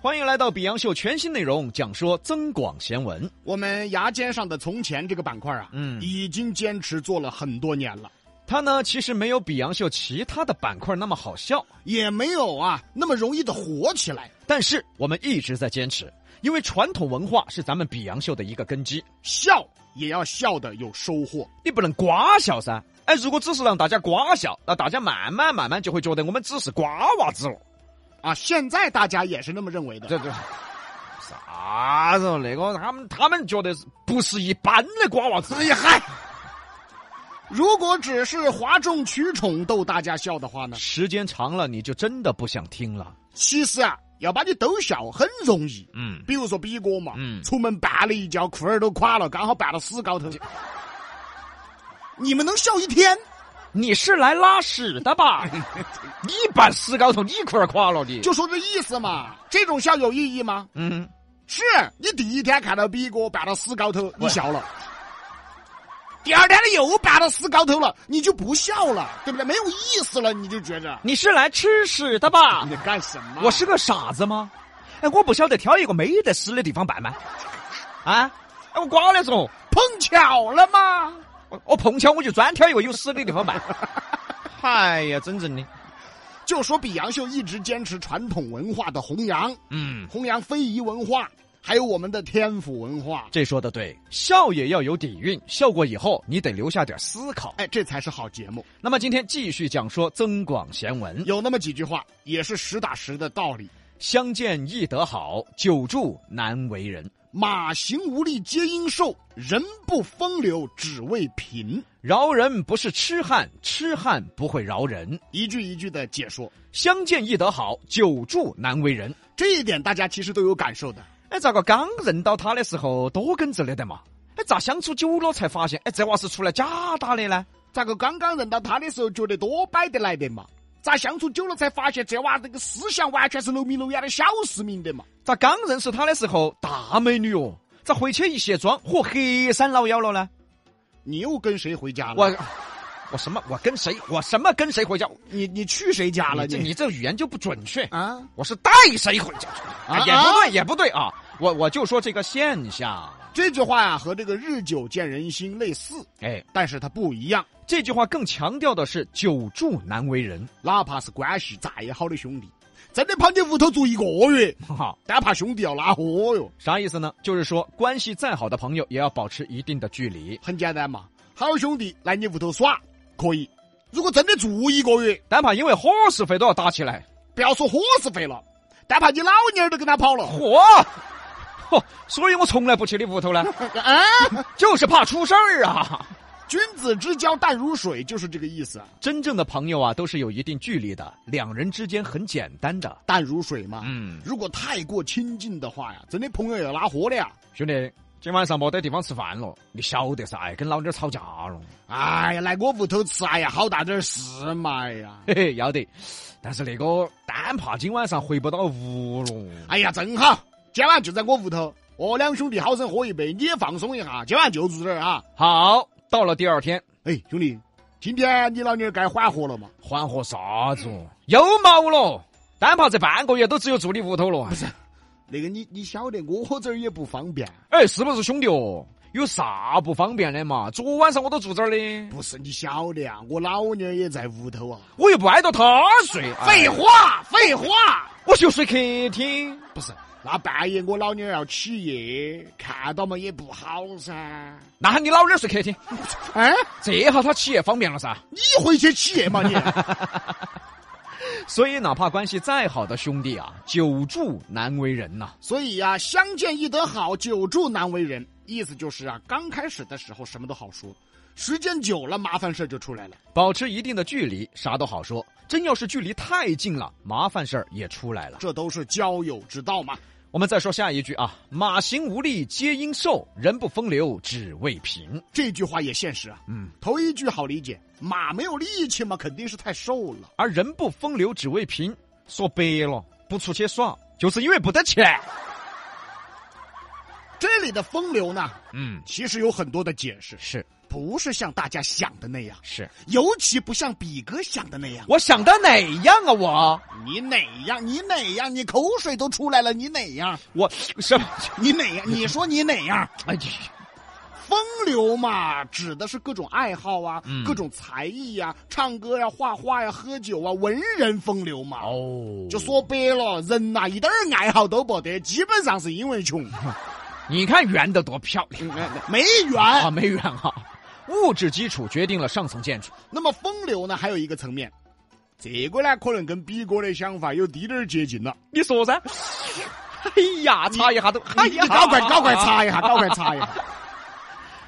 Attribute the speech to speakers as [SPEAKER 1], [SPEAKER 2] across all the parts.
[SPEAKER 1] 欢迎来到《比洋秀》全新内容，讲说增广贤文。
[SPEAKER 2] 我们牙尖上的从前这个板块啊，
[SPEAKER 1] 嗯
[SPEAKER 2] 已经坚持做了很多年了，
[SPEAKER 1] 它呢，其实没有《比洋秀》其他的板块那么好笑，
[SPEAKER 2] 也没有啊那么容易的火起来。
[SPEAKER 1] 但是我们一直在坚持，因为传统文化是咱们《比洋秀》的一个根基，
[SPEAKER 2] 笑也要笑的有收获，
[SPEAKER 1] 你不能瓜笑噻。哎，如果只是让大家瓜笑，那大家慢慢慢慢就会觉得我们只是瓜娃子了。
[SPEAKER 2] 啊，现在大家也是那么认为的。
[SPEAKER 1] 对，啥子哦那个他们他们觉得是不是一般的瓜娃子？
[SPEAKER 2] 哎呀嗨，如果只是哗众取宠逗大家笑的话呢，
[SPEAKER 1] 时间长了，你就真的不想听了。
[SPEAKER 2] 其实啊，要把你逗笑很容易。
[SPEAKER 1] 嗯，
[SPEAKER 2] 比如说比哥嘛，
[SPEAKER 1] 嗯
[SPEAKER 2] 出门绊了一跤，裤儿都垮了，刚好绊到死 高头。你们能笑一天？
[SPEAKER 1] 你是来拉屎的 吧？你把屎搞头，你裤儿垮了你。
[SPEAKER 2] 就说这意思嘛，这种笑有意义吗？
[SPEAKER 1] 嗯，
[SPEAKER 2] 是你第一天看到比哥绊到死高头，你笑了；第二天你又绊到死高头了，你就不笑了，对不对？没有意思了，你就觉着
[SPEAKER 1] 你是来吃屎的 吧？
[SPEAKER 2] 啊你干什么？
[SPEAKER 1] 我是个傻子吗？哎，我不晓得挑一个没得屎的地方办 吗？啊？哎，我瓜了嗦！
[SPEAKER 2] 碰巧了吗？
[SPEAKER 1] 我我碰巧我就专挑一个有屎的地 方办。哎呀，真正的，
[SPEAKER 2] 就说比洋秀一直坚持传统文化的弘扬，
[SPEAKER 1] 嗯，
[SPEAKER 2] 弘扬非遗文化，还有我们的天府文化，
[SPEAKER 1] 这说的对，笑也要有底蕴，笑过以后你得留下点思考。
[SPEAKER 2] 哎，这才是好节目。
[SPEAKER 1] 那么今天继续讲说增广贤文，
[SPEAKER 2] 有那么几句话也是实打实的道理：
[SPEAKER 1] 相见易得好，久住难为人。
[SPEAKER 2] 马行无力皆因瘦，人不风流只为贫。
[SPEAKER 1] 饶人不是痴汉，痴汉不会饶人。
[SPEAKER 2] 一句一句的解说，
[SPEAKER 1] 相见易得好，久住难为人。
[SPEAKER 2] 这一点大家其实都有感受的。
[SPEAKER 1] 哎，咋个刚认到他的时候多耿直了的嘛？哎，咋相处久了才发现，哎，这娃是出来假打的呢？
[SPEAKER 2] 咋个刚刚认到他的时候觉得多摆得来的嘛？咋相处久了才发现这娃这个思想完全是楼明楼远的小市民的嘛？
[SPEAKER 1] 咋刚认识他的时候大美女哦？咋回去一卸妆，嚯，黑山老妖了呢？
[SPEAKER 2] 你又跟谁回家了？
[SPEAKER 1] 我，我什么？我跟谁？我什么跟谁回家？
[SPEAKER 2] 你你去谁家了
[SPEAKER 1] 你这
[SPEAKER 2] 你？
[SPEAKER 1] 你这语言就不准确。
[SPEAKER 2] 啊，
[SPEAKER 1] 我是带谁回家去？啊，也不对，也不对啊！我我就说这个现象，
[SPEAKER 2] 这句话呀、和这个日久见人心类似，
[SPEAKER 1] 哎，
[SPEAKER 2] 但是它不一样。
[SPEAKER 1] 这句话更强调的是久住难为人，
[SPEAKER 2] 哪怕是关系再好的兄弟，真的跑你屋头住一个月，
[SPEAKER 1] 哈哈，
[SPEAKER 2] 但怕兄弟要拉火哟。
[SPEAKER 1] 啥意思呢？就是说关系再好的朋友也要保持一定的距离，
[SPEAKER 2] 很简单嘛，好兄弟来你屋头耍可以，如果真的住一个月，
[SPEAKER 1] 但怕因为伙食费都要打起来。
[SPEAKER 2] 不要说伙食费了，但怕你老娘儿都跟他跑了。
[SPEAKER 1] 嚯， 嚯，所以我从来不去你屋头呢，
[SPEAKER 2] 啊，
[SPEAKER 1] 就是怕出事儿啊。
[SPEAKER 2] 君子之交淡如水，就是这个意思啊，
[SPEAKER 1] 真正的朋友啊，都是有一定距离的，两人之间很简单的。
[SPEAKER 2] 淡如水嘛。
[SPEAKER 1] 嗯，
[SPEAKER 2] 如果太过亲近的话呀，真的朋友要拉火的呀。
[SPEAKER 1] 兄弟，今晚上没得地方吃饭了，你晓得噻，跟老娘儿吵架了。
[SPEAKER 2] 哎呀，来我屋头吃，哎呀，好大点儿事嘛哎呀！
[SPEAKER 1] 嘿嘿，要得。但是那个单怕今晚上回不到屋了。
[SPEAKER 2] 哎呀，正好，今晚就在我屋头，我两兄弟好生喝一杯，你也放松一下，今晚就住这儿啊。
[SPEAKER 1] 好，到了第二天，
[SPEAKER 2] 哎，兄弟，今天你老娘儿该缓和了嘛？
[SPEAKER 1] 缓和啥子？哦？又毛了！单怕这半个月都只有住你屋头了。不是，
[SPEAKER 2] 那个你你晓得我这儿也不方便。
[SPEAKER 1] 哎，是不是兄弟哦？有啥不方便的嘛？昨晚上我都住这儿的，
[SPEAKER 2] 不是你晓得啊，我老娘也在屋头啊。
[SPEAKER 1] 我又不挨着他睡。
[SPEAKER 2] 废
[SPEAKER 1] 哎，
[SPEAKER 2] 话，废话，
[SPEAKER 1] 我就睡客厅。
[SPEAKER 2] 不是那半夜我老娘要起夜，看到嘛也不好噻。
[SPEAKER 1] 那喊你老娘睡客厅，
[SPEAKER 2] 哎，
[SPEAKER 1] 这下他起夜方便了噻。
[SPEAKER 2] 你回去起夜嘛你？
[SPEAKER 1] 所以，哪怕关系再好的兄弟啊，久住难为人呐、
[SPEAKER 2] 所以呀、相见易得好，久住难为人。意思就是啊，刚开始的时候什么都好说，时间久了麻烦事儿就出来了。
[SPEAKER 1] 保持一定的距离，啥都好说。真要是距离太近了，麻烦事儿也出来了。
[SPEAKER 2] 这都是交友之道嘛。
[SPEAKER 1] 我们再说下一句啊：马行无力皆因瘦，人不风流只为贫。
[SPEAKER 2] 这句话也现实啊。
[SPEAKER 1] 嗯，
[SPEAKER 2] 头一句好理解，马没有力气嘛，肯定是太瘦了。
[SPEAKER 1] 而人不风流只为贫，说白了，不出去耍就是因为不得钱。
[SPEAKER 2] 这里的风流呢，
[SPEAKER 1] 嗯，
[SPEAKER 2] 其实有很多的解释，
[SPEAKER 1] 是
[SPEAKER 2] 不是像大家想的那样，
[SPEAKER 1] 是，
[SPEAKER 2] 尤其不像比哥想的那样。
[SPEAKER 1] 我想的哪样啊我？
[SPEAKER 2] 你哪样？你哪样？你口水都出来了，你哪样？
[SPEAKER 1] 我什么？
[SPEAKER 2] 你哪样？你说你哪样？
[SPEAKER 1] 哎，
[SPEAKER 2] 风流嘛，指的是各种爱好啊，
[SPEAKER 1] 嗯
[SPEAKER 2] 各种才艺呀、唱歌呀、画画呀、喝酒啊，文人风流嘛。
[SPEAKER 1] 哦
[SPEAKER 2] 就说白了，人呐、一点儿爱好都没得，基本上是因 为穷，
[SPEAKER 1] 你看圆的多漂亮
[SPEAKER 2] 没缘。
[SPEAKER 1] 啊，没圆哈、物质基础决定了上层建筑。
[SPEAKER 2] 那么风流呢，还有一个层面，这个呢可能跟比哥的想法有滴点儿接近了。
[SPEAKER 1] 你说噻？ 哎呀，查一下都，哎
[SPEAKER 2] 你
[SPEAKER 1] 呀，
[SPEAKER 2] 搞快搞快查一下，搞快查一下。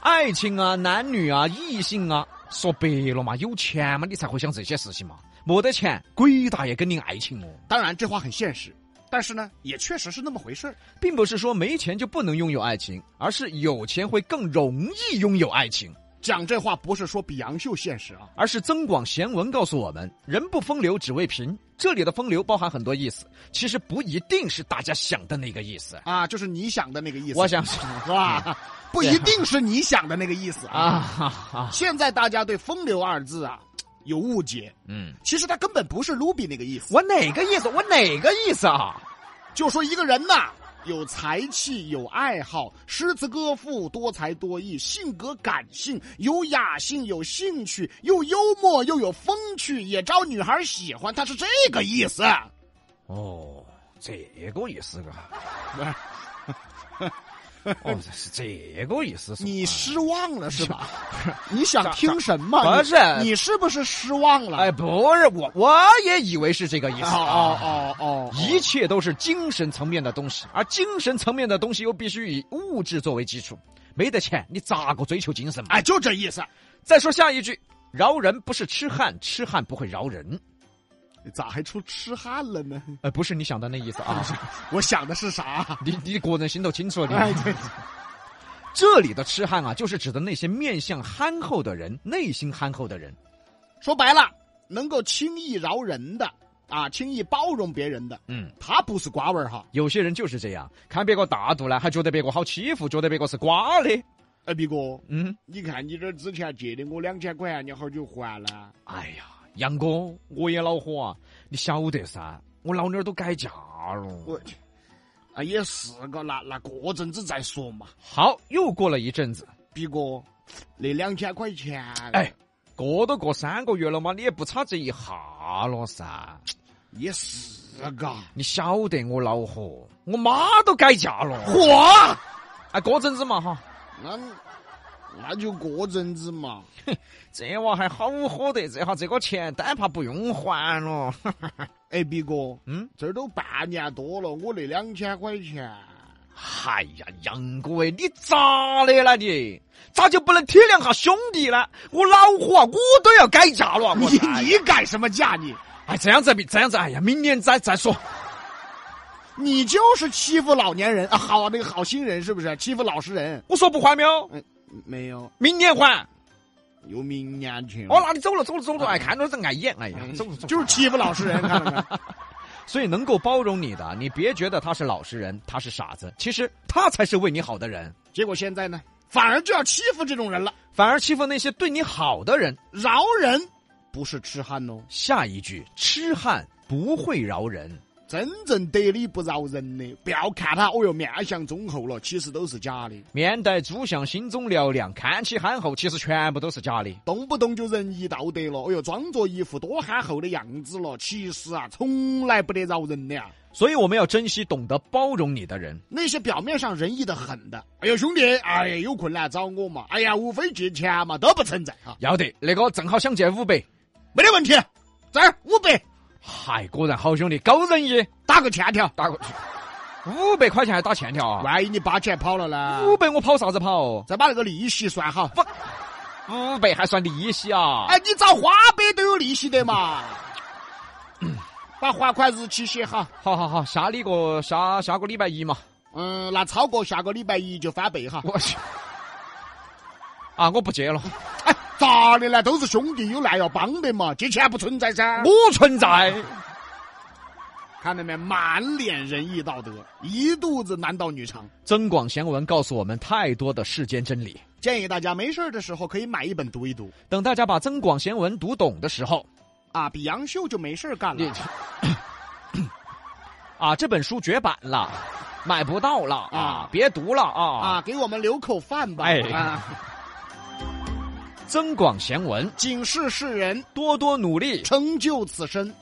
[SPEAKER 1] 爱情啊，男女啊，异性啊，说白了嘛，有钱嘛，你才会想这些事情嘛。没得钱，鬼大爷跟你爱情哦。
[SPEAKER 2] 当然，这话很现实，但是呢，也确实是那么回事儿。
[SPEAKER 1] 并不是说没钱就不能拥有爱情，而是有钱会更容易拥有爱情。
[SPEAKER 2] 讲这话不是说比杨秀现实啊，
[SPEAKER 1] 而是增广贤文告诉我们：人不风流，只为贫。这里的风流包含很多意思，其实不一定是大家想的那个意思。
[SPEAKER 2] 啊，就是你想的那个意思。
[SPEAKER 1] 我想说
[SPEAKER 2] 是 吧？不一定是你想的那个意思啊。
[SPEAKER 1] 啊哈哈，
[SPEAKER 2] 现在大家对“风流”二字啊有误解，
[SPEAKER 1] 嗯，
[SPEAKER 2] 其实它根本不是卢比那个意思。
[SPEAKER 1] 我哪个意思？我哪个意思啊？
[SPEAKER 2] 就说一个人呐、有才气，有爱好，诗词歌赋，多才多艺，性格感性，有雅兴，有兴趣，又幽默，又有风趣，也招女孩喜欢，他是这个意思。
[SPEAKER 1] 哦，这个意思啊。 哦，这是这个意思是吧。
[SPEAKER 2] 你失望了 是吧？你想听什么？
[SPEAKER 1] 不
[SPEAKER 2] 你
[SPEAKER 1] 是
[SPEAKER 2] 你是不是失望了？
[SPEAKER 1] 哎，不是我，我也以为是这个意
[SPEAKER 2] 哦
[SPEAKER 1] 思
[SPEAKER 2] 哦
[SPEAKER 1] 啊。
[SPEAKER 2] 哦哦，
[SPEAKER 1] 一切都是精神层面的东西，而精神层面的东西又必须以物质作为基础。没得钱，你咋个追求精神嘛？
[SPEAKER 2] 哎，就这意思。
[SPEAKER 1] 再说下一句：饶人不是痴汉，痴汉不会饶人。
[SPEAKER 2] 咋还出痴汉了呢？
[SPEAKER 1] 呃，不是你想的那意思 啊，
[SPEAKER 2] 我想的是啥？
[SPEAKER 1] 你你个人心头清楚了。
[SPEAKER 2] 哎，
[SPEAKER 1] 你
[SPEAKER 2] 对，
[SPEAKER 1] 这里的痴汉啊，就是指的那些面相憨厚的人，内心憨厚的人。
[SPEAKER 2] 说白了，能够轻易饶人的啊，轻易包容别人的，
[SPEAKER 1] 嗯，
[SPEAKER 2] 他不是瓜娃儿哈。
[SPEAKER 1] 有些人就是这样，看别个大度呢，还觉得别个好欺负，觉得别个是瓜的。
[SPEAKER 2] 哎，毕哥，
[SPEAKER 1] 嗯，
[SPEAKER 2] 你看你这之前借的我两千块钱，你好久还了？
[SPEAKER 1] 哎呀，杨哥，我也恼火啊！你晓得噻，我老娘儿都改嫁了。
[SPEAKER 2] 我，啊，也是个，那那过阵子再说嘛。
[SPEAKER 1] 好，又过了一阵子，
[SPEAKER 2] 毕哥，那两千块钱，
[SPEAKER 1] 哎，过都过三个月了嘛，你也不差这一下了噻。
[SPEAKER 2] 也是个。
[SPEAKER 1] 你晓得我恼火，我妈都改嫁了。
[SPEAKER 2] 嚯，
[SPEAKER 1] 哎，过阵子嘛哈，
[SPEAKER 2] 那那就过阵子嘛。
[SPEAKER 1] 这娃还好火得，这下这个钱单怕不用还了。
[SPEAKER 2] 哎，毕哥，
[SPEAKER 1] 嗯，
[SPEAKER 2] 这儿都半年多了，我那两千块钱，
[SPEAKER 1] 哎呀，杨哥哎，你咋的了你？咋就不能体谅下兄弟呢？我恼火啊，我都要改嫁了啊。我哎呀
[SPEAKER 2] 改什么价你？
[SPEAKER 1] 哎，这样子这样子，哎呀，明年再再说。
[SPEAKER 2] 你就是欺负老年人啊！好那个好心人是不是欺负老实人？
[SPEAKER 1] 我说不还没有？
[SPEAKER 2] 没有，
[SPEAKER 1] 明年还。
[SPEAKER 2] 有明年去。嗯
[SPEAKER 1] 哦，那你走了走了走了，哎，看着这碍眼，哎呀，走了走了。
[SPEAKER 2] 就是欺负老实人，看到没？
[SPEAKER 1] 所以能够包容你的，你别觉得他是老实人，他是傻子，其实他才是为你好的人。
[SPEAKER 2] 结果现在呢，反而就要欺负这种人了。
[SPEAKER 1] 反而欺负那些对你好的人。
[SPEAKER 2] 饶人不是痴汉哦，
[SPEAKER 1] 下一句，痴汉不会饶人。
[SPEAKER 2] 真正得理不饶人的，不要看他哦哟面相忠厚了，其实都是假的，
[SPEAKER 1] 面带猪相，心中嘹亮，看起憨厚，其实全部都是假的。
[SPEAKER 2] 动不动就仁义道德了，哦哟装作一副多憨厚的样子了，其实啊从来不得饶人的呀。
[SPEAKER 1] 所以我们要珍惜懂得包容你的人。
[SPEAKER 2] 那些表面上仁义的很的，哎呦兄弟，哎呀有困难找我嘛，哎呀无非借钱嘛，都不存在啊，
[SPEAKER 1] 要得，那个正好想借五百，
[SPEAKER 2] 没得问题，这儿五百
[SPEAKER 1] 嗨，果然好兄弟，高仁义，
[SPEAKER 2] 打个欠条，
[SPEAKER 1] 打过去。五百块钱还打欠条啊？
[SPEAKER 2] 万一你把钱跑了
[SPEAKER 1] 五
[SPEAKER 2] 呢，
[SPEAKER 1] 百我跑啥子跑？
[SPEAKER 2] 再把那个利息算好。
[SPEAKER 1] 五百还算利息啊？
[SPEAKER 2] 哎，你找花呗都有利息 的嘛，把还款日期写好，
[SPEAKER 1] 好好好，下里个下下个礼拜一嘛。
[SPEAKER 2] 嗯，那超过下个礼拜一就翻倍哈。
[SPEAKER 1] 我去，啊，我不借了，
[SPEAKER 2] 哎，咋的呢？都是兄弟，有难要帮的嘛，借钱不存在噻。
[SPEAKER 1] 我存在。
[SPEAKER 2] 看到没？满脸仁义道德，一肚子男盗女娼。
[SPEAKER 1] 增广贤文告诉我们太多的世间真理。
[SPEAKER 2] 建议大家没事儿的时候可以买一本读一读
[SPEAKER 1] 等大家把增广贤文读懂的时候，
[SPEAKER 2] 啊，比杨秀就没事儿干
[SPEAKER 1] 你
[SPEAKER 2] 了。
[SPEAKER 1] 啊，这本书绝版了，买不到了啊
[SPEAKER 2] 啊，
[SPEAKER 1] 别读了啊！
[SPEAKER 2] 啊，给我们留口饭吧。
[SPEAKER 1] 哎
[SPEAKER 2] 啊，
[SPEAKER 1] 增广贤文，
[SPEAKER 2] 警示世人，
[SPEAKER 1] 多多努力。
[SPEAKER 2] 成就此身。